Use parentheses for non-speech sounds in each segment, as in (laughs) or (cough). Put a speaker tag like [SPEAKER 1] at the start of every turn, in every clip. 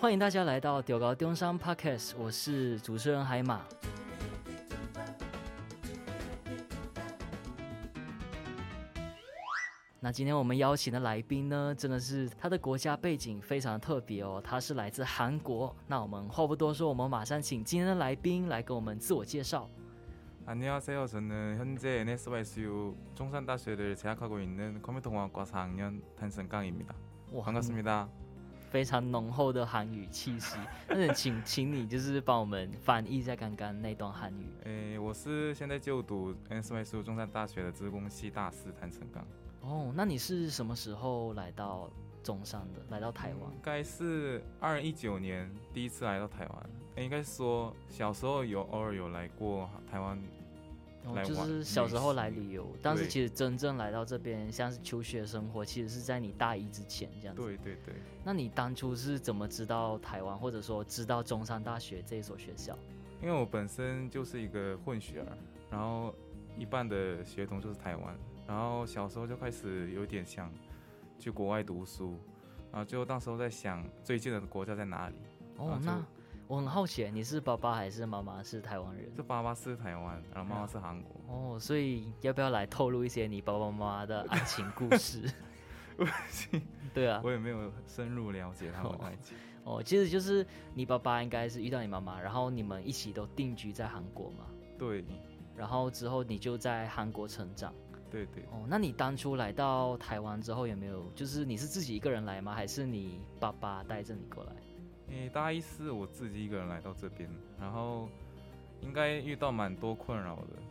[SPEAKER 1] 欢迎大家来到屌高丢商 Podcast，我是主持人海马。那今天我们邀请的来宾呢，真的是他的国家背景非常特别哦，他是来自韩国。那我们话不多说，我们马上请今天的来宾来给我们自我介绍。
[SPEAKER 2] 안녕하세요. 저는 현재 NSYSU 총산다시를 재학하고 있는 컴퓨터공학과 4학년 단승강입니다.
[SPEAKER 1] 哇，
[SPEAKER 2] 반갑습니다.
[SPEAKER 1] 嗯非常浓厚的韩语气息。那请请你就是帮我们翻译一下刚刚那段韩语。
[SPEAKER 2] 诶，我是现在就读 NSYSU 中山大学的资工系大四谭成刚，
[SPEAKER 1] 哦，那你是什么时候来到中山的？来到台湾？
[SPEAKER 2] 应该是二零一九年第一次来到台湾。诶应该说小时候有偶尔有来过台湾，
[SPEAKER 1] 哦，
[SPEAKER 2] 嗯来
[SPEAKER 1] 就
[SPEAKER 2] 玩
[SPEAKER 1] 是
[SPEAKER 2] 旅
[SPEAKER 1] 小时候来
[SPEAKER 2] 行
[SPEAKER 1] 旅游，但是
[SPEAKER 2] 对
[SPEAKER 1] 其实真正来到这边，像是求学生活，其实是在你大一之前这样子。
[SPEAKER 2] 对对对，
[SPEAKER 1] 那你当初是怎么知道台湾，或者说知道中山大学这一所学校？
[SPEAKER 2] 因为我本身就是一个混血儿，然后一半的血统就是台湾，然后小时候就开始有点想去国外读书，然后就当时候在想最近的国家在哪里，
[SPEAKER 1] 哦
[SPEAKER 2] 啊，就
[SPEAKER 1] 那我很好奇，你是爸爸还是妈妈是台湾人？
[SPEAKER 2] 就爸爸是台湾，然后妈妈是韩国，
[SPEAKER 1] 哦，所以要不要来透露一些你爸爸妈妈的爱情故
[SPEAKER 2] (laughs)
[SPEAKER 1] 事？ (laughs) 对啊，
[SPEAKER 2] 我也没有深入了解他们的爱情，
[SPEAKER 1] 哦，其实就是你爸爸应该是遇到你妈妈，然后你们一起都定居在韩国嘛，
[SPEAKER 2] 对
[SPEAKER 1] 然后之后你就在韩国成长。
[SPEAKER 2] 对对，
[SPEAKER 1] 哦，那你当初来到台湾之后有没有，就是你是自己一个人来吗？还是你爸爸带着你过来？
[SPEAKER 2] 诶，大一是我自己一个人来到这边，然后应该遇到蛮多困扰的，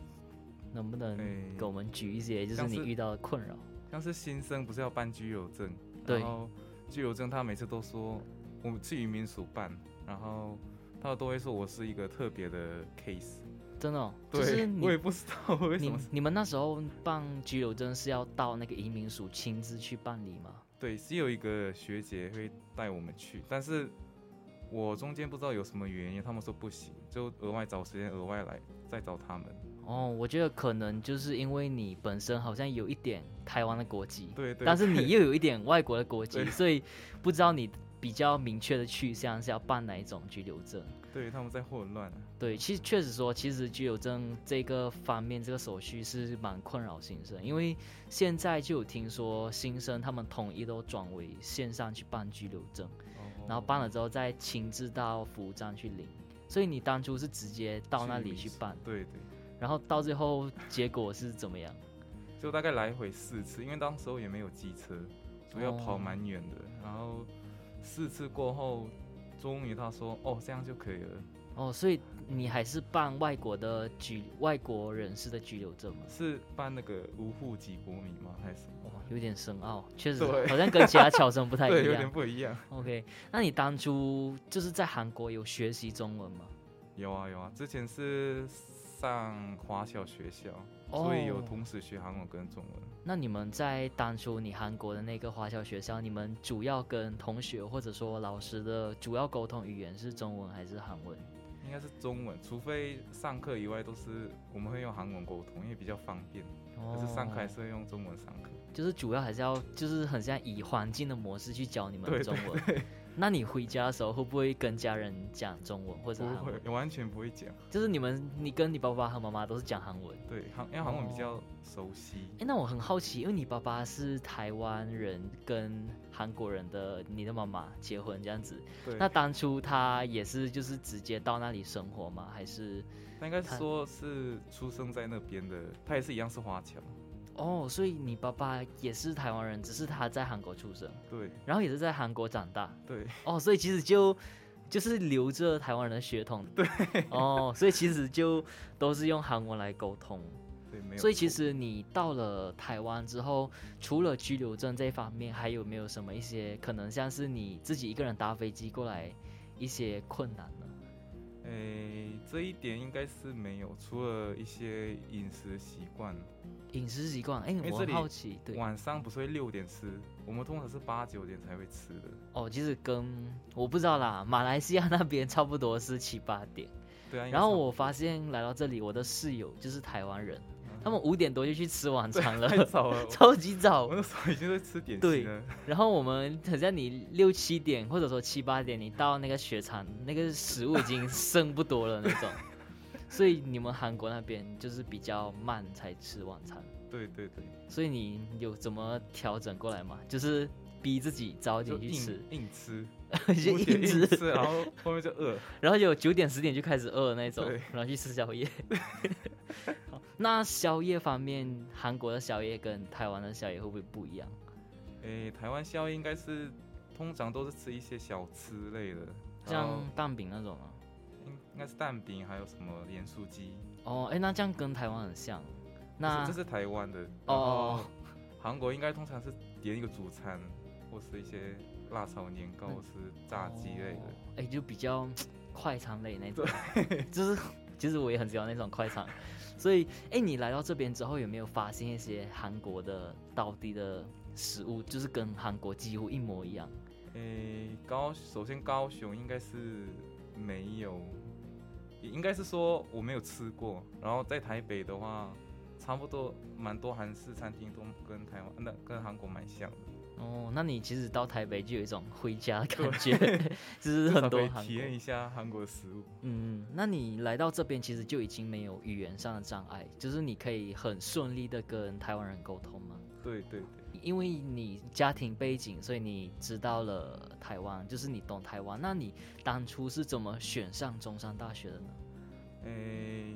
[SPEAKER 1] 能不能
[SPEAKER 2] 诶
[SPEAKER 1] 给我们举一些，就是
[SPEAKER 2] 哎像
[SPEAKER 1] 你
[SPEAKER 2] 是
[SPEAKER 1] 遇到的困扰？
[SPEAKER 2] 像是新生不是要办居留证，
[SPEAKER 1] 对
[SPEAKER 2] 然后居留证他每次都说我们是移民署办，然后他都会说我是一个特别的 case，
[SPEAKER 1] 真的、哦，就
[SPEAKER 2] 对
[SPEAKER 1] 是，
[SPEAKER 2] 我
[SPEAKER 1] 你
[SPEAKER 2] 也不知道为什
[SPEAKER 1] 你
[SPEAKER 2] 么是，
[SPEAKER 1] 你们那时候办居留证是要到那个移民署亲自去办理吗？
[SPEAKER 2] 对，是有一个学姐会带我们去，但是我中间不知道有什么原因，他们说不行，就额外找时间额外来再找他们，
[SPEAKER 1] 哦，我觉得可能就是因为你本身好像有一点台湾的国籍，
[SPEAKER 2] 对对
[SPEAKER 1] 但是你又有一点外国的国籍，
[SPEAKER 2] 对
[SPEAKER 1] 所以不知道你比较明确的去向是要办哪一种居留证。
[SPEAKER 2] 对，他们在混乱，啊
[SPEAKER 1] 对，其实确实说，其实居留证这个方面，这个手续是蛮困扰新生，因为现在就有听说新生他们统一都转为线上去办居留证，
[SPEAKER 2] 哦
[SPEAKER 1] 然后办了之后再亲自到服务站去领。所以你当初是直接到那里去办，
[SPEAKER 2] 对对。
[SPEAKER 1] 然后到最后结果是怎么样？
[SPEAKER 2] 就大概来回四次，因为当时候也没有机车，所以要
[SPEAKER 1] 哦
[SPEAKER 2] 跑蛮远的。然后四次过后，终于他说：“哦，这样就可以了。
[SPEAKER 1] 哦，所以你还是办外国的居外国人士的居留证吗”？
[SPEAKER 2] 是办那个无户籍国民吗？还是什么
[SPEAKER 1] 哇，有点深奥，确实
[SPEAKER 2] 对
[SPEAKER 1] 好像跟其他侨生不太
[SPEAKER 2] (laughs) 对，
[SPEAKER 1] 一
[SPEAKER 2] 有点
[SPEAKER 1] 样。
[SPEAKER 2] 不一样。
[SPEAKER 1] OK，那你当初就是在韩国有学习中文吗？
[SPEAKER 2] 有啊有啊，之前是上华小学校，所以有
[SPEAKER 1] 哦
[SPEAKER 2] 同时学韩文跟中文。
[SPEAKER 1] 那你们在当初你韩国的那个华侨学校，你们主要跟同学或者说老师的主要沟通语言是中文还是韩文？
[SPEAKER 2] 应该是中文，除非上课以外都是我们会用韩文沟通，因为比较方便。可是上课还
[SPEAKER 1] 哦
[SPEAKER 2] 是会用中文上课。
[SPEAKER 1] 就是主要还是要就是很像以环境的模式去教你们
[SPEAKER 2] 对
[SPEAKER 1] 中
[SPEAKER 2] 对
[SPEAKER 1] 文。 (laughs) 那你回家的时候会不会跟家人讲中文或者韩
[SPEAKER 2] 不
[SPEAKER 1] 文？
[SPEAKER 2] 会，完全不会讲。
[SPEAKER 1] 就是你们，你跟你爸爸和妈妈都是讲韩文。
[SPEAKER 2] 对，韩因为韩文比
[SPEAKER 1] 哦
[SPEAKER 2] 较熟悉。
[SPEAKER 1] 哎，那我很好奇，因为你爸爸是台湾人跟韩国人的，你的妈妈结婚这样子，
[SPEAKER 2] 对，
[SPEAKER 1] 那当初他也是就是直接到那里生活吗？还是
[SPEAKER 2] 他应该
[SPEAKER 1] 他
[SPEAKER 2] 说是出生在那边的，他也是一样是华侨，
[SPEAKER 1] 哦，所以你爸爸也是台湾人，只是他在韩国出生，
[SPEAKER 2] 对
[SPEAKER 1] 然后也是在韩国长大
[SPEAKER 2] 对，
[SPEAKER 1] 哦，所以其实就就是留着台湾人的血统，对，哦，所以其实就都是用韩文来沟通。
[SPEAKER 2] 对没有错。
[SPEAKER 1] 所以其实你到了台湾之后，除了居留证这一方面，还有没有什么一些可能像是你自己一个人搭飞机过来一些困难呢？
[SPEAKER 2] 诶，这一点应该是没有，除了一些饮食习惯，
[SPEAKER 1] 饮食习惯，哎
[SPEAKER 2] 为，
[SPEAKER 1] 我
[SPEAKER 2] 这
[SPEAKER 1] 很
[SPEAKER 2] 里
[SPEAKER 1] 好奇，对，
[SPEAKER 2] 晚上不是会六点吃，我们通常是八九点才会吃的。
[SPEAKER 1] 哦，其实跟我不知道啦，马来西亚那边差不多是七八点。
[SPEAKER 2] 对啊，应该
[SPEAKER 1] 然后
[SPEAKER 2] 是
[SPEAKER 1] 我发现来到这里，我的室友就是台湾人，他们五点多就去吃晚餐了，，
[SPEAKER 2] (laughs) 嗯太早
[SPEAKER 1] (laughs)
[SPEAKER 2] 了
[SPEAKER 1] 超级
[SPEAKER 2] 我
[SPEAKER 1] 早
[SPEAKER 2] 我。那时候已经在吃点
[SPEAKER 1] 对
[SPEAKER 2] 心了。
[SPEAKER 1] 然后我们好像你六七点或者说七八点，你到那个雪场，那个食物已经剩不多了那
[SPEAKER 2] (laughs)
[SPEAKER 1] 种。所以你们韩国那边就是比较慢才吃晚餐，
[SPEAKER 2] 对对对，
[SPEAKER 1] 所以你有怎么调整过来吗？就是逼自己早
[SPEAKER 2] 就
[SPEAKER 1] 点去吃
[SPEAKER 2] 硬，硬吃，
[SPEAKER 1] (laughs) 就
[SPEAKER 2] 五点
[SPEAKER 1] 一
[SPEAKER 2] 硬
[SPEAKER 1] 直， (laughs)
[SPEAKER 2] 吃，然后后面就饿。
[SPEAKER 1] 然后就九点十点就开始饿的那种
[SPEAKER 2] 对，
[SPEAKER 1] 然后去吃宵
[SPEAKER 2] (laughs)
[SPEAKER 1] 夜。好那宵夜方面，韩国的宵夜跟台湾的宵夜会不会不一样？
[SPEAKER 2] 诶，台湾宵夜应该是通常都是吃一些小吃类的，然后
[SPEAKER 1] 像蛋饼那种啊？
[SPEAKER 2] 应应该是蛋饼，还有什么盐酥鸡。
[SPEAKER 1] 哦，哎，那这样跟台湾很像。那
[SPEAKER 2] 这是这是台湾的
[SPEAKER 1] 哦，
[SPEAKER 2] 然后韩国应该通常是点一个主餐，或是一些辣炒年糕，
[SPEAKER 1] 嗯
[SPEAKER 2] 或是炸鸡类的。
[SPEAKER 1] 哎、就比较快餐类那种，就是其实我也很喜欢那种快餐。所以，哎，你来到这边之后，有没有发现一些韩国的道地的食物，就是跟韩国几乎一模一样？
[SPEAKER 2] 诶、高首先高雄应该是没有，也应该是说我没有吃过。然后在台北的话，差不多蛮多韩式餐厅都跟台湾那跟韩国蛮像的，
[SPEAKER 1] 哦，那你其实到台北就有一种回家的感觉，就是
[SPEAKER 2] 至少
[SPEAKER 1] 很
[SPEAKER 2] 可
[SPEAKER 1] 多
[SPEAKER 2] 以
[SPEAKER 1] 韩
[SPEAKER 2] 体
[SPEAKER 1] 国。
[SPEAKER 2] 验一下韩国的食物。
[SPEAKER 1] 嗯，那你来到这边其实就已经没有语言上的障碍，就是你可以很顺利的跟台湾人沟通吗？
[SPEAKER 2] 对对对，
[SPEAKER 1] 因为你家庭背景，所以你知道了台湾，就是你懂台湾。那你当初是怎么选上中山大学的呢？
[SPEAKER 2] 诶、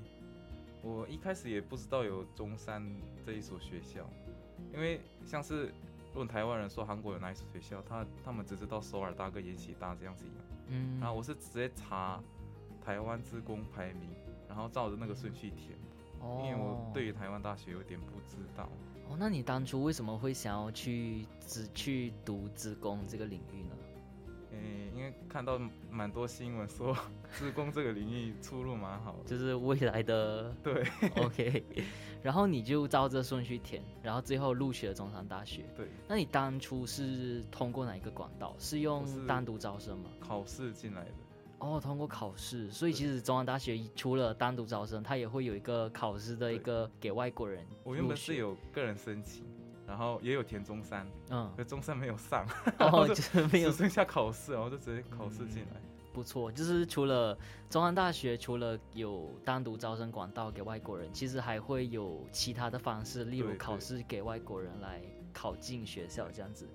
[SPEAKER 2] 我一开始也不知道有中山这一所学校，因为像是问台湾人说韩国有哪一所学校，他他们只知道首尔大跟延禧大这样子一样。
[SPEAKER 1] 嗯，
[SPEAKER 2] 啊然后我是直接查台湾职工排名，然后照着那个顺序填，
[SPEAKER 1] 哦，
[SPEAKER 2] 因为我对于台湾大学有点不知道。
[SPEAKER 1] 哦，那你当初为什么会想要去只去读职工这个领域呢？
[SPEAKER 2] 诶，因为看到蛮多新闻说 (laughs) 职工这个领域出路蛮好的，
[SPEAKER 1] 就是未来的
[SPEAKER 2] (laughs) 对
[SPEAKER 1] OK，然 (laughs) 后你就照这顺序填，然后最后录取了中山大学。
[SPEAKER 2] 对，
[SPEAKER 1] 那你当初是通过哪一个管道？是用
[SPEAKER 2] 是
[SPEAKER 1] 单独招生吗？
[SPEAKER 2] 考试进来的，
[SPEAKER 1] 哦，通过考试，所以
[SPEAKER 2] 对
[SPEAKER 1] 其实中央大学除了单独招生，它也会有一个考试的一
[SPEAKER 2] 对
[SPEAKER 1] 个给外国人。
[SPEAKER 2] 我原本是，有个人申请，然后也有填中山， (laughs)
[SPEAKER 1] 嗯，
[SPEAKER 2] 可中山没有上，
[SPEAKER 1] 然
[SPEAKER 2] (laughs)
[SPEAKER 1] 后就是没有
[SPEAKER 2] 只剩下考试，然后就直接考试进来。
[SPEAKER 1] 不错，就是除了中央大学，除了有单独招生管道给外国人，其实还会有其他的方式，例如
[SPEAKER 2] 对
[SPEAKER 1] 考
[SPEAKER 2] 对
[SPEAKER 1] 试给外国人来考进学校这样子。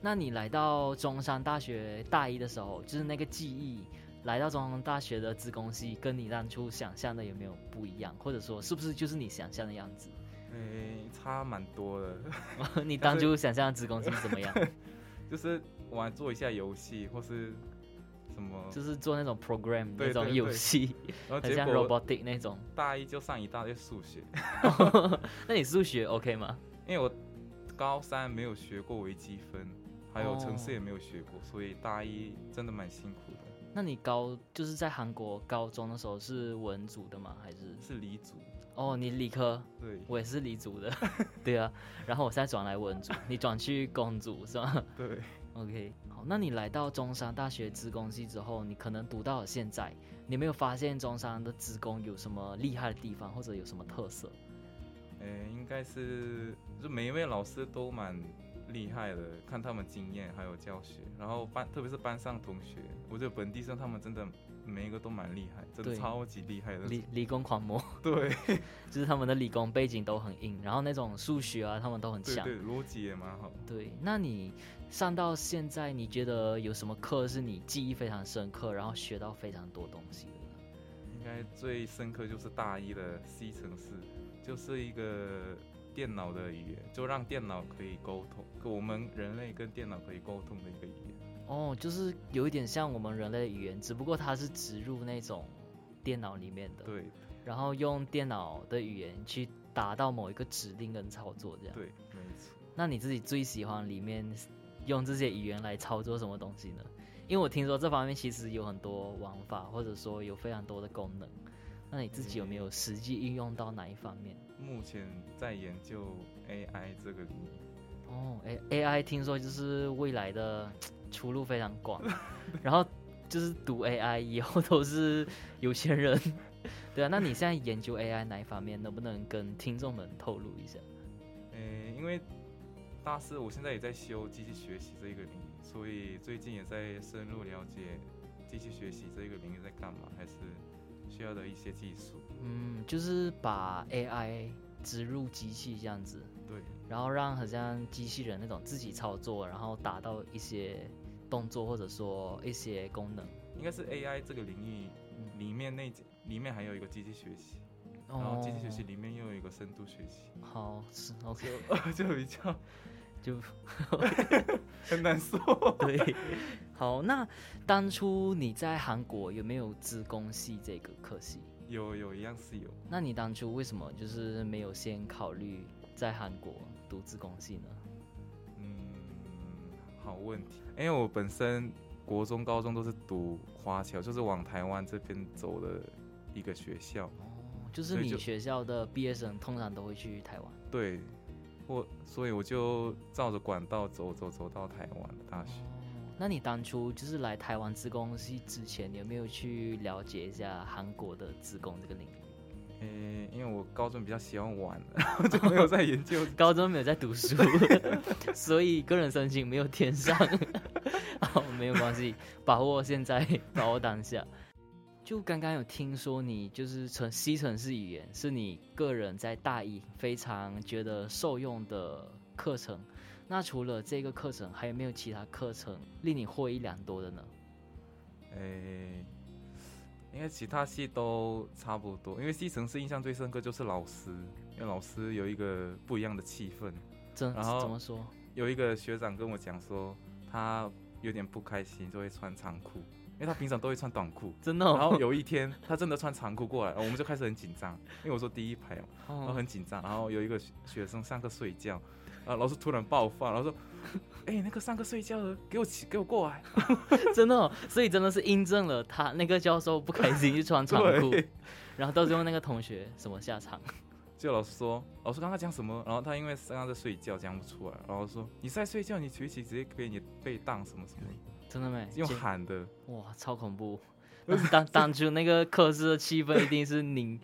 [SPEAKER 1] 那你来到中山大学大一的时候，就是那个记忆，来到中山大学的资工系，跟你当初想象的有没有不一样，或者说是不是就是你想象的样子？
[SPEAKER 2] 诶，哎差蛮多的， (laughs)
[SPEAKER 1] 你当初想象的资工系是怎么样？
[SPEAKER 2] 就是玩做一下游戏或是什么，
[SPEAKER 1] 就是做那种 program
[SPEAKER 2] 对
[SPEAKER 1] 那种
[SPEAKER 2] 对
[SPEAKER 1] 游
[SPEAKER 2] 对
[SPEAKER 1] 戏，
[SPEAKER 2] 然后
[SPEAKER 1] 很
[SPEAKER 2] 结
[SPEAKER 1] 像
[SPEAKER 2] 果
[SPEAKER 1] robotic 那种。
[SPEAKER 2] 大一就上一大堆数学，
[SPEAKER 1] 那你数学 OK 吗？
[SPEAKER 2] 因为我高三没有学过微积分，还有程式
[SPEAKER 1] 哦
[SPEAKER 2] 也没有学过，所以大一真的蛮辛苦的，
[SPEAKER 1] 那你高就是在韩国高中的时候是文组的吗？还是
[SPEAKER 2] 是理组。
[SPEAKER 1] 哦，你理科，
[SPEAKER 2] 对
[SPEAKER 1] 我也是理组
[SPEAKER 2] (laughs)
[SPEAKER 1] 的，对啊。然后我现在转来文组，你转去工组是吧
[SPEAKER 2] 对，
[SPEAKER 1] ？OK，好，那你来到中山大学职工系之后，你可能读到了现在，你有没有发现中山的职工有什么厉害的地方，或者有什么特色？
[SPEAKER 2] 诶，应该是就每一位老师都蛮厉害的，看他们经验还有教学，然后班特别是班上同学，我觉得本地生他们真的每一个都蛮厉害，真的
[SPEAKER 1] 对
[SPEAKER 2] 超级厉害的。
[SPEAKER 1] 理理工狂魔，
[SPEAKER 2] 对
[SPEAKER 1] 就是他们的理工背景都很硬，然后那种数学啊，他们都很
[SPEAKER 2] 对
[SPEAKER 1] 强。
[SPEAKER 2] 对，逻辑也蛮好。
[SPEAKER 1] 对，那你上到现在，你觉得有什么课是你记忆非常深刻，然后学到非常多东西的呢？
[SPEAKER 2] 应该最深刻就是大一的 C 城市，就是一个电脑的语言，就让电脑可以沟通，跟我们人类跟电脑可以沟通的一个语言。
[SPEAKER 1] 哦，就是有一点像我们人类的语言，只不过它是植入那种电脑里面的，
[SPEAKER 2] 对
[SPEAKER 1] 然后用电脑的语言去达到某一个指令跟操作这样。
[SPEAKER 2] 对，没错。
[SPEAKER 1] 那你自己最喜欢里面用这些语言来操作什么东西呢？因为我听说这方面其实有很多玩法，或者说有非常多的功能。那你自己有没有实际应用到哪一方面？
[SPEAKER 2] 目前在研究 AI 这个领域，
[SPEAKER 1] 哦，A AI 听说就是未来的出路 (laughs) 非常广，然后就是读 AI 以后都是有钱人， (laughs) 对啊，那你现在研究 AI 哪一方面，能不能跟听众们透露一下？
[SPEAKER 2] 嗯，因为大四我现在也在修机器学习这一个领域，所以最近也在深入了解机器学习这一个领域在干嘛，还是需要的一些技术。
[SPEAKER 1] 嗯，就是把 AI 植入机器这样子，
[SPEAKER 2] 对，
[SPEAKER 1] 然后让好像机器人那种自己操作，然后达到一些动作或者说一些功能。
[SPEAKER 2] 应该是 AI 这个领域
[SPEAKER 1] 嗯，
[SPEAKER 2] 里面那里面还有一个机器学习，然后机器学习
[SPEAKER 1] 哦
[SPEAKER 2] 里面又有一个深
[SPEAKER 1] (laughs)
[SPEAKER 2] 度学习， (laughs)
[SPEAKER 1] 好是 OK
[SPEAKER 2] 就就比较
[SPEAKER 1] 就 (laughs)
[SPEAKER 2] 很难说。 (laughs)
[SPEAKER 1] 对。好，那当初你在韩国有没有资工系这个科系？
[SPEAKER 2] 有有一样是有，
[SPEAKER 1] 那你当初为什么就是没有先考虑在韩国读资工系呢？
[SPEAKER 2] 嗯，好问题，因为我本身国中、高中都是读华侨，就是往台湾这边走的一个学校，
[SPEAKER 1] 哦，就是
[SPEAKER 2] 所以
[SPEAKER 1] 你
[SPEAKER 2] 就
[SPEAKER 1] 学校的毕业生通常都会去台湾。
[SPEAKER 2] 对，我所以我就照着管道走走走到台湾的大学。
[SPEAKER 1] 那你当初就是来台湾自工系之前，你有没有去了解一下韩国的自工这个领域？
[SPEAKER 2] 诶、因为我高中比较喜欢玩，然后 (laughs) 就没有在研究。
[SPEAKER 1] 高中没有在读书， (laughs) 所以个人申请没有填上。 (laughs) 哦，没有关系，把握现在，把握当下。就刚刚有听说你就是城西城市语言是你个人在大一非常觉得受用的课程，那除了这个课程，还有没有其他课程令你获益良多的呢？
[SPEAKER 2] 诶、因为其他系都差不多，因为西城市印象最深刻就是老师，因为老师有一个不一样的气氛。
[SPEAKER 1] 怎
[SPEAKER 2] 然后
[SPEAKER 1] 怎么说？。
[SPEAKER 2] 有一个学长跟我讲说，他有点不开心，就会穿长裤，因为他平常都会穿短裤
[SPEAKER 1] 真的、
[SPEAKER 2] 然
[SPEAKER 1] (laughs)
[SPEAKER 2] 后有一天，他真的穿长裤过来，我们就开始很紧张，因为我坐第一排嘛，
[SPEAKER 1] 哦
[SPEAKER 2] 然后很紧张。然后有一个学学生上课睡觉，啊，老师突然爆发，然后说：“哎、那个上课睡觉的，给我起，给我过来。
[SPEAKER 1] 真的、哦，所以真的是印证了他那个教授不开心就穿”长裤，
[SPEAKER 2] (laughs) 对，
[SPEAKER 1] 然后到最后那个同学什么下场？
[SPEAKER 2] 就老师说，老师刚刚讲什么？然后他因为刚刚在睡觉讲不出来，然后说：“你在睡觉，你举起直接给你被当什么什么，
[SPEAKER 1] 真的没
[SPEAKER 2] 用
[SPEAKER 1] 结
[SPEAKER 2] 喊的。
[SPEAKER 1] 哇，超恐怖！但 (laughs) 是当当初那个课室的气氛一定是凝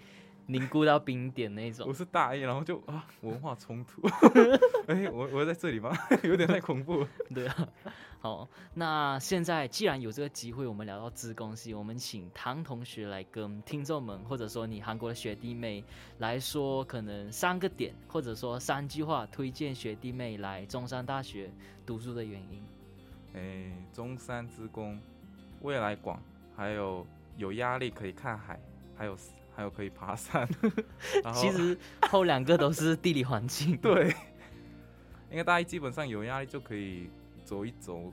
[SPEAKER 1] 凝固到冰点那”
[SPEAKER 2] 我
[SPEAKER 1] 种。
[SPEAKER 2] 是大一，然后就啊文化冲
[SPEAKER 1] (laughs)
[SPEAKER 2] 突。哎、我我在这里吗？ (laughs) 有点太恐怖了。
[SPEAKER 1] 对啊，好，那现在既然有这个机会，我们聊到资工系，我们请唐同学来跟听众们，或者说你韩国的学弟妹来说，可能三个点，或者说三句话，推荐学弟妹来中山大学读书的原因。
[SPEAKER 2] 哎，中山之工，未来广，还有有压力可以看海，还有还有可以爬
[SPEAKER 1] (laughs)
[SPEAKER 2] 山。然后
[SPEAKER 1] 其实后两个都是地理环境。
[SPEAKER 2] (laughs) 对，因为大一基本上有压力就可以走一走，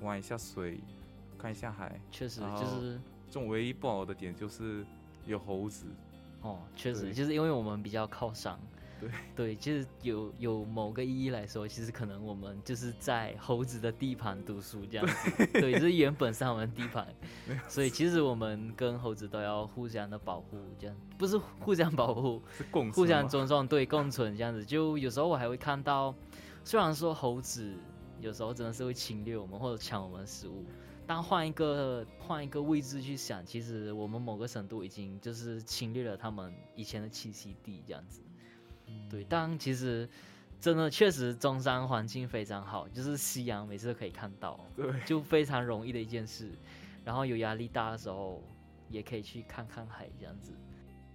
[SPEAKER 2] 玩一下水，看一下海。
[SPEAKER 1] 确实
[SPEAKER 2] 然
[SPEAKER 1] 就
[SPEAKER 2] 后
[SPEAKER 1] 是
[SPEAKER 2] 这种唯一不好的点就是有猴子。
[SPEAKER 1] 哦，确实
[SPEAKER 2] 对
[SPEAKER 1] 就是因为我们比较靠山。
[SPEAKER 2] 对
[SPEAKER 1] 对，就是有有某个意义来说，其实可能我们就是在猴子的地盘读书这样子。对，就是原本是他们的地盘，所以其实我们跟猴子都要互相的保护，这样不是互相保护，
[SPEAKER 2] 是共
[SPEAKER 1] 互
[SPEAKER 2] 存
[SPEAKER 1] 相
[SPEAKER 2] 嘛
[SPEAKER 1] 尊重，对，共存这样子。就有时候我还会看到，虽然说猴子有时候真的是会侵略我们或者抢我们的食物，但换一个换一个位置去想，其实我们某个程度已经就是侵略了他们以前的栖息地这样子。
[SPEAKER 2] 嗯
[SPEAKER 1] 对，但其实真的确实中山环境非常好，就是夕阳每次都可以看到，
[SPEAKER 2] 对，
[SPEAKER 1] 就非常容易的一件事。然后有压力大的时候，也可以去看看海这样子。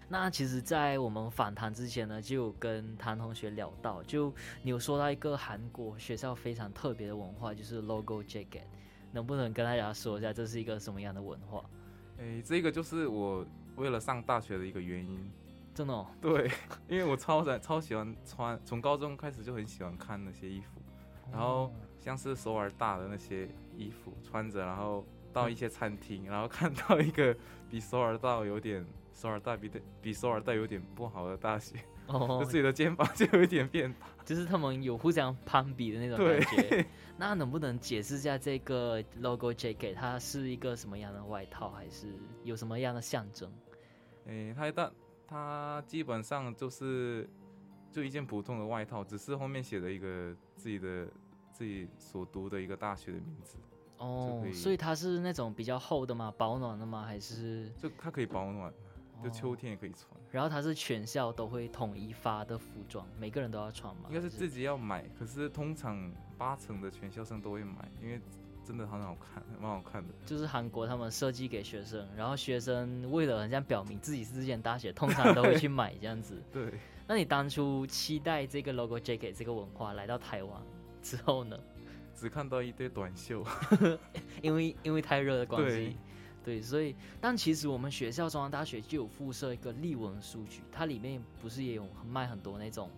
[SPEAKER 1] 那其实，在我们访谈之前呢，就有跟谭同学聊到，就你有说到一个韩国学校非常特别的文化，就是 logo jacket，能不能跟大家说一下这是一个什么样的文化？
[SPEAKER 2] 哎，这个就是我为了上大学的一个原因。
[SPEAKER 1] 真的、哦，
[SPEAKER 2] 对， (laughs) 因为我超在超喜欢穿，从高中开始就很喜欢看那些衣服，然
[SPEAKER 1] 哦
[SPEAKER 2] 后像是首尔大的那些衣服穿着，然后到一些餐厅，然后看到一个比首尔大有点首尔大比的比首尔大有点不好的大学，就
[SPEAKER 1] 哦
[SPEAKER 2] 自，己的肩膀就 (laughs) 有一点变大。
[SPEAKER 1] 就是他们有互相攀比的那种
[SPEAKER 2] 对
[SPEAKER 1] 感觉。那能不能解释一下这个 logo jacket 它是一个什么样的外套，还是有什么样的象征？
[SPEAKER 2] 诶，它大它基本上就是就一件普通的外套，只是后面写了一个自己的自己所读的一个大学的名字，
[SPEAKER 1] 哦
[SPEAKER 2] 可，以
[SPEAKER 1] 所以它是那种比较厚的吗？保暖的吗？还是
[SPEAKER 2] 就它可以保暖。
[SPEAKER 1] 哦
[SPEAKER 2] 就秋天也可以穿，
[SPEAKER 1] 然后它是全校都会统一发的服装，每个人都要穿嘛？
[SPEAKER 2] 应该是
[SPEAKER 1] 还
[SPEAKER 2] 自己要买，可是通常八成的全校生都会买，因为真的很好看， (laughs) 蛮好看的。
[SPEAKER 1] 就是韩国他们设计给学生，然后学生为了很像表明自己是这间大学，通常都会去买这样
[SPEAKER 2] (laughs)
[SPEAKER 1] 子。
[SPEAKER 2] 对，
[SPEAKER 1] 那你当初期待这个 logo jacket 这个文化来到台湾之后呢？
[SPEAKER 2] 只看到一堆短袖， (laughs)
[SPEAKER 1] 因为因为太热的关
[SPEAKER 2] 对
[SPEAKER 1] 系，对，所以但其实我们学校中央大学就有附设一个例文书局，它里面不是也有卖很多那种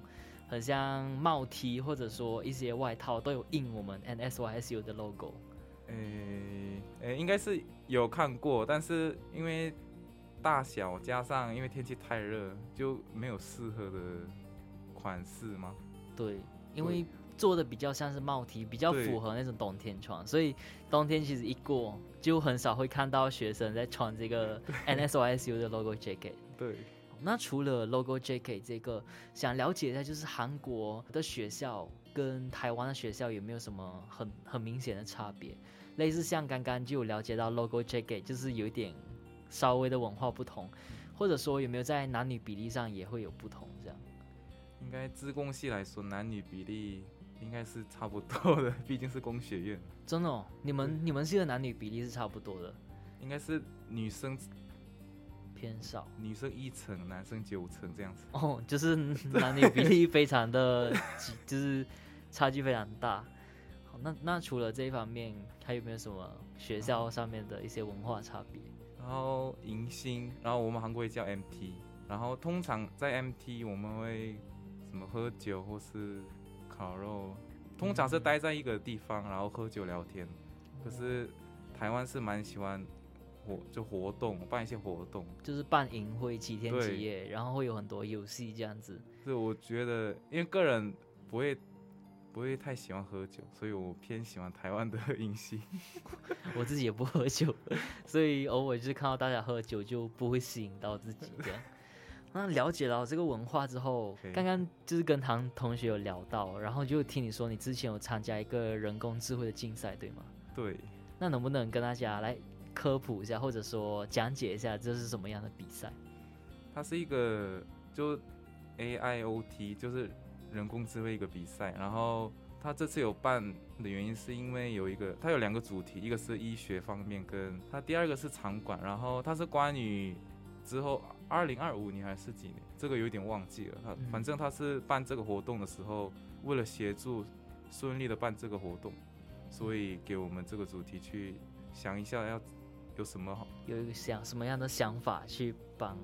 [SPEAKER 1] 很像帽 T 或者说一些外套都有印我们 NSYSU 的 logo。
[SPEAKER 2] 诶诶，应该是有看过，但是因为大小加上因为天气太热，就没有适合的款式吗？
[SPEAKER 1] 对，因
[SPEAKER 2] 对
[SPEAKER 1] 为做的比较像是帽 T，比较
[SPEAKER 2] 对
[SPEAKER 1] 符合那种冬天穿，所以冬天其实一过就很少会看到学生在穿这个 NSYSU 的 logo jacket。
[SPEAKER 2] 对，
[SPEAKER 1] 那除了 logo JK 这个，想了解一下，就是韩国的学校跟台湾的学校有没有什么很很明显的差别？类似像刚刚就有了解到 logo JK，就是有一点稍微的文化不同，或者说有没有在男女比例上也会有不同？这样
[SPEAKER 2] 应该自贡系来说，男女比例应该是差不多的，毕竟是工学院，
[SPEAKER 1] 真的、哦，你们你们系的男女比例是差不多的，
[SPEAKER 2] 应该是女生
[SPEAKER 1] 偏少 (laughs)
[SPEAKER 2] 女生一层，男生九层这样子。
[SPEAKER 1] 哦，就是男女比例非常的，就是差距非常大。好，那那除了这一方面，还有没有什么学校上面的一些文化差别？
[SPEAKER 2] 然后迎新，然后我们韩国也叫 MT，然后通常在 MT 我们会什么喝酒或是烤肉，通常是待在一个地方，然后喝酒聊天。可是台湾是蛮喜欢活就活动，办一些活动，
[SPEAKER 1] 就是办营会七天
[SPEAKER 2] 对
[SPEAKER 1] 几夜，然后会有很多游戏这样子。
[SPEAKER 2] 是我觉得因为个人不会不会太喜欢喝酒，所以我偏喜欢台湾的 (laughs) 迎新。
[SPEAKER 1] 我自己也不喝酒， (laughs) 所以偶尔就是看到大家喝酒就不会吸引到自己这样。 (laughs) 那了解了这个文化之后
[SPEAKER 2] OK
[SPEAKER 1] 刚刚就是跟唐同学有聊到，然后就听你说你之前有参加一个人工智慧的竞赛，对吗？
[SPEAKER 2] 对，
[SPEAKER 1] 那能不能跟大家来科普一下，或者说讲解一下这是什么样的比赛？
[SPEAKER 2] 它是一个就 AIOT，就是人工智慧一个比赛。然后它这次有办的原因是因为有一个，它有两个主题，一个是医学方面，跟它第二个是场馆。然后它是关于之后二零二五年还是几年，这个有点忘记了。它
[SPEAKER 1] 嗯
[SPEAKER 2] 反正它是办这个活动的时候，为了协助顺利的办这个活动，所以给我们这个主题去想一下要有什么好。
[SPEAKER 1] 有一个想什么样的想法去帮 (laughs)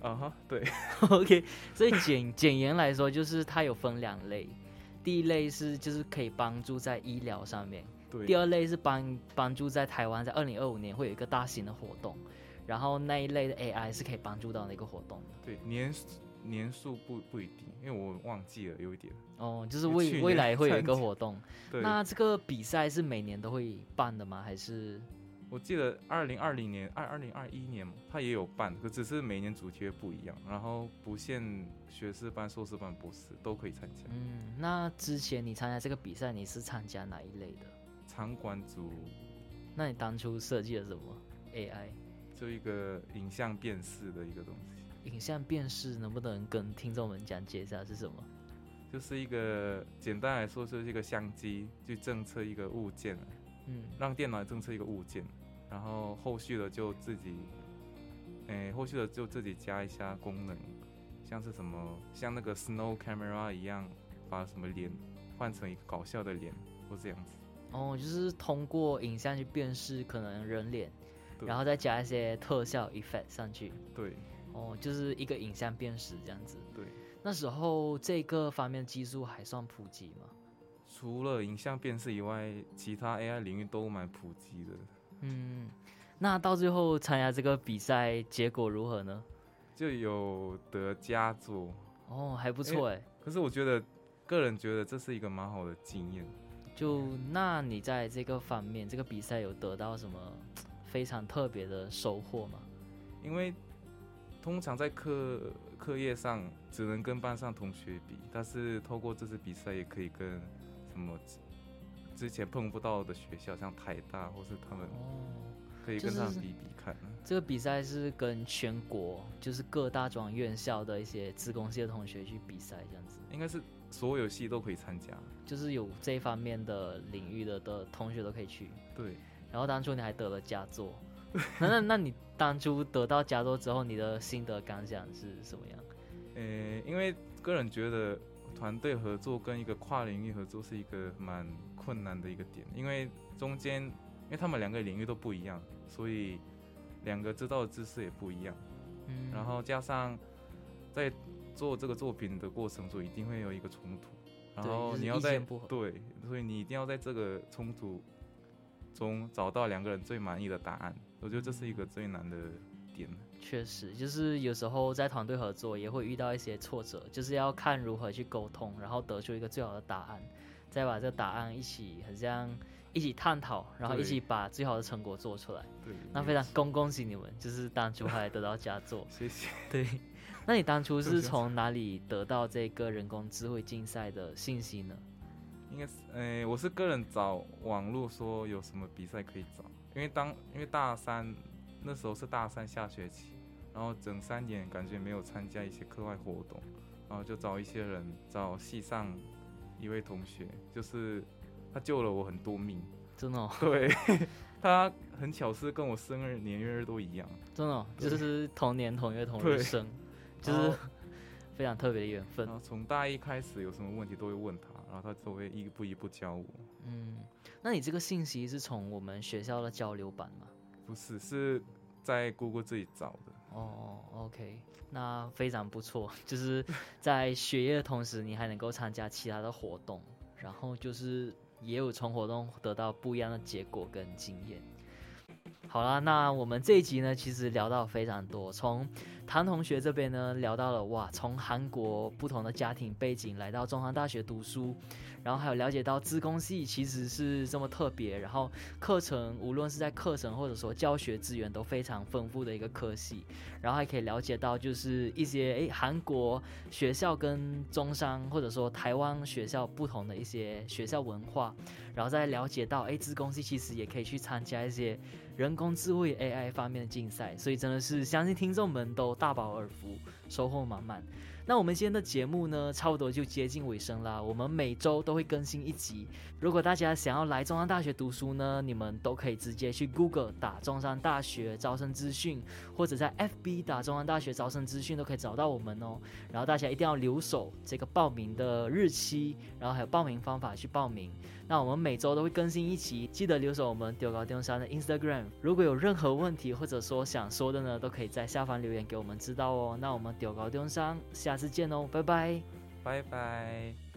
[SPEAKER 2] 啊哈，对， (laughs)
[SPEAKER 1] ？OK，所以简简言来说，就是它有分两类，第一类是就是可以帮助在医疗上面，
[SPEAKER 2] 对，
[SPEAKER 1] 第二类是帮帮助在台湾在二零二五年会有一个大型的活动，然后那一类的 AI 是可以帮助到那个活动的。
[SPEAKER 2] 对，年数年数不不一定，因为我忘记了有一点。
[SPEAKER 1] 哦，就是
[SPEAKER 2] 你去
[SPEAKER 1] 未
[SPEAKER 2] 年
[SPEAKER 1] 未来会有一
[SPEAKER 2] (laughs)
[SPEAKER 1] 个
[SPEAKER 2] 参加
[SPEAKER 1] 活动，
[SPEAKER 2] 对，
[SPEAKER 1] 那这个比赛是每年都会办的吗？还是
[SPEAKER 2] 我记得二零二零年、二二零二一年嘛，它也有办，可只是每年主题会不一样，然后不限学士班、硕士班、博士都可以参加。
[SPEAKER 1] 嗯，那之前你参加这个比赛，你是参加哪一类的？
[SPEAKER 2] 场馆组
[SPEAKER 1] 那你当初设计了什么 AI
[SPEAKER 2] 就一个影像辨识的一个东西，
[SPEAKER 1] 影像辨识？能不能跟听众们讲解一下是什么？
[SPEAKER 2] 就是一个简单来说就是一个相机去侦测一个物件，啊
[SPEAKER 1] 嗯，
[SPEAKER 2] 让电脑侦测一个物件，然后后续的就自己，诶，后续的就自己加一下功能，像是什么像那个 Snow Camera 一样，把什么脸换成一个搞笑的脸，或这样子。
[SPEAKER 1] 哦，就是通过影像去辨识可能人脸，
[SPEAKER 2] 对
[SPEAKER 1] 然后再加一些特效 effect 上去。
[SPEAKER 2] 对
[SPEAKER 1] 哦，就是一个影像辨识这样子。
[SPEAKER 2] 对，
[SPEAKER 1] 那时候这个方面技术还算普及吗？
[SPEAKER 2] 除了影像辨识以外，其他 AI 领域都蛮普及的。
[SPEAKER 1] 嗯，那到最后参加这个比赛结果如何呢？
[SPEAKER 2] 就有得佳作，
[SPEAKER 1] 哦，还不
[SPEAKER 2] 诶
[SPEAKER 1] 错哎、
[SPEAKER 2] 可是我觉得，个人觉得这是一个蛮好的经验。
[SPEAKER 1] 就那你在这个方面，这个比赛有得到什么非常特别的收获吗？
[SPEAKER 2] 因为通常在课课业上只能跟班上同学比，但是透过这次比赛也可以跟什么之之前碰不到的学校，像台大或是他们
[SPEAKER 1] 哦，
[SPEAKER 2] 可以
[SPEAKER 1] 就
[SPEAKER 2] 跟他们
[SPEAKER 1] 是
[SPEAKER 2] 比比看啊。
[SPEAKER 1] 这个比赛是跟全国就是各大专院校的一些职工系的同学去比赛，这样子，
[SPEAKER 2] 应该是所有系都可以参加。
[SPEAKER 1] 就是有这一方面的领域的的同学都可以去。
[SPEAKER 2] 对，
[SPEAKER 1] 然后当初你还得了佳作， (laughs) 那那那你当初得到佳作之后，你的心得感想是什么样？
[SPEAKER 2] 呃，因为个人觉得团队合作跟一个跨领域合作是一个蛮困难的一个点，因为中间因为他们两个领域都不一样，所以两个知道的知识也不一样，
[SPEAKER 1] 嗯，
[SPEAKER 2] 然后加上在做这个作品的过程中一定会有一个冲突，然
[SPEAKER 1] 对
[SPEAKER 2] 后
[SPEAKER 1] 就是
[SPEAKER 2] 你要
[SPEAKER 1] 意
[SPEAKER 2] 在
[SPEAKER 1] 见不合
[SPEAKER 2] 对，所以你一定要在这个冲突中找到两个人最满意的答案，我觉得这是一个最难的点。
[SPEAKER 1] 确实，就是有时候在团队合作也会遇到一些挫折，就是要看如何去沟通，然后得出一个最好的答案，再把这个答案一起很像一起探讨，然后一
[SPEAKER 2] 对
[SPEAKER 1] 起把最好的成果做出来。
[SPEAKER 2] 对，。
[SPEAKER 1] 那非常恭恭喜你们，就是当初还得到佳作
[SPEAKER 2] 谢谢。
[SPEAKER 1] 对，那你当初
[SPEAKER 2] 这
[SPEAKER 1] 是
[SPEAKER 2] 个想
[SPEAKER 1] 从哪里得到这个人工智慧竞赛的信息呢？
[SPEAKER 2] 应该是，诶、我是个人找网络说有什么比赛可以找，因为当因为大三那时候是大三下学期，然后整三年感觉没有参加一些课外活动，然后就找一些人，找系上一位同学，就是他救了我很多命， (laughs)
[SPEAKER 1] 真的、哦，
[SPEAKER 2] 对 (laughs) 他很巧是跟我生日年月日都一样，
[SPEAKER 1] 真的、哦，
[SPEAKER 2] 对
[SPEAKER 1] 就是同年同月同日
[SPEAKER 2] 对
[SPEAKER 1] 生，就
[SPEAKER 2] 然
[SPEAKER 1] 是
[SPEAKER 2] 后
[SPEAKER 1] (laughs) 非常特别的缘分
[SPEAKER 2] 然。后从大一开始有什么问题都会问他，然后他都会一步一步教我，
[SPEAKER 1] 嗯，那你这个信息是从我们学校的交流版吗？
[SPEAKER 2] 不是是在 Google 自己找的。
[SPEAKER 1] 哦，OK，那非常不错， (laughs) 就是在学业的同时，你还能够参加其他的活动，然后就是也有从活动得到不一样的结果跟经验。好啦，那我们这一集呢，其实聊到非常多，从谭同学这边呢聊到了哇，从韩国不同的家庭背景来到中山大学读书，然后还有了解到自工系其实是这么特别，然后课程无论是在课程或者说教学资源都非常丰富的一个科系，然后还可以了解到就是一些诶韩国学校跟中山或者说台湾学校不同的一些学校文化，然后再了解到诶自工系其实也可以去参加一些人工智慧 AI 方面的竞赛，所以真的是相信听众们都大饱耳福，收获满满。那我们今天的节目呢，差不多就接近尾声啦。我们每周都会更新一集，如果大家想要来中山大学读书呢，你们都可以直接去 Google 打中山大学招生资讯，或者在 FB 打中山大学招生资讯都可以找到我们哦。然后大家一定要留守这个报名的日期，然后还有报名方法去报名。那我们每周都会更新一期，记得留守我们丢高丢山的 Instagram。如果有任何问题或者说想说的呢，都可以在下方留言给我们知道哦。那我们丢高丢山，下次见哦，拜拜。
[SPEAKER 2] 拜拜。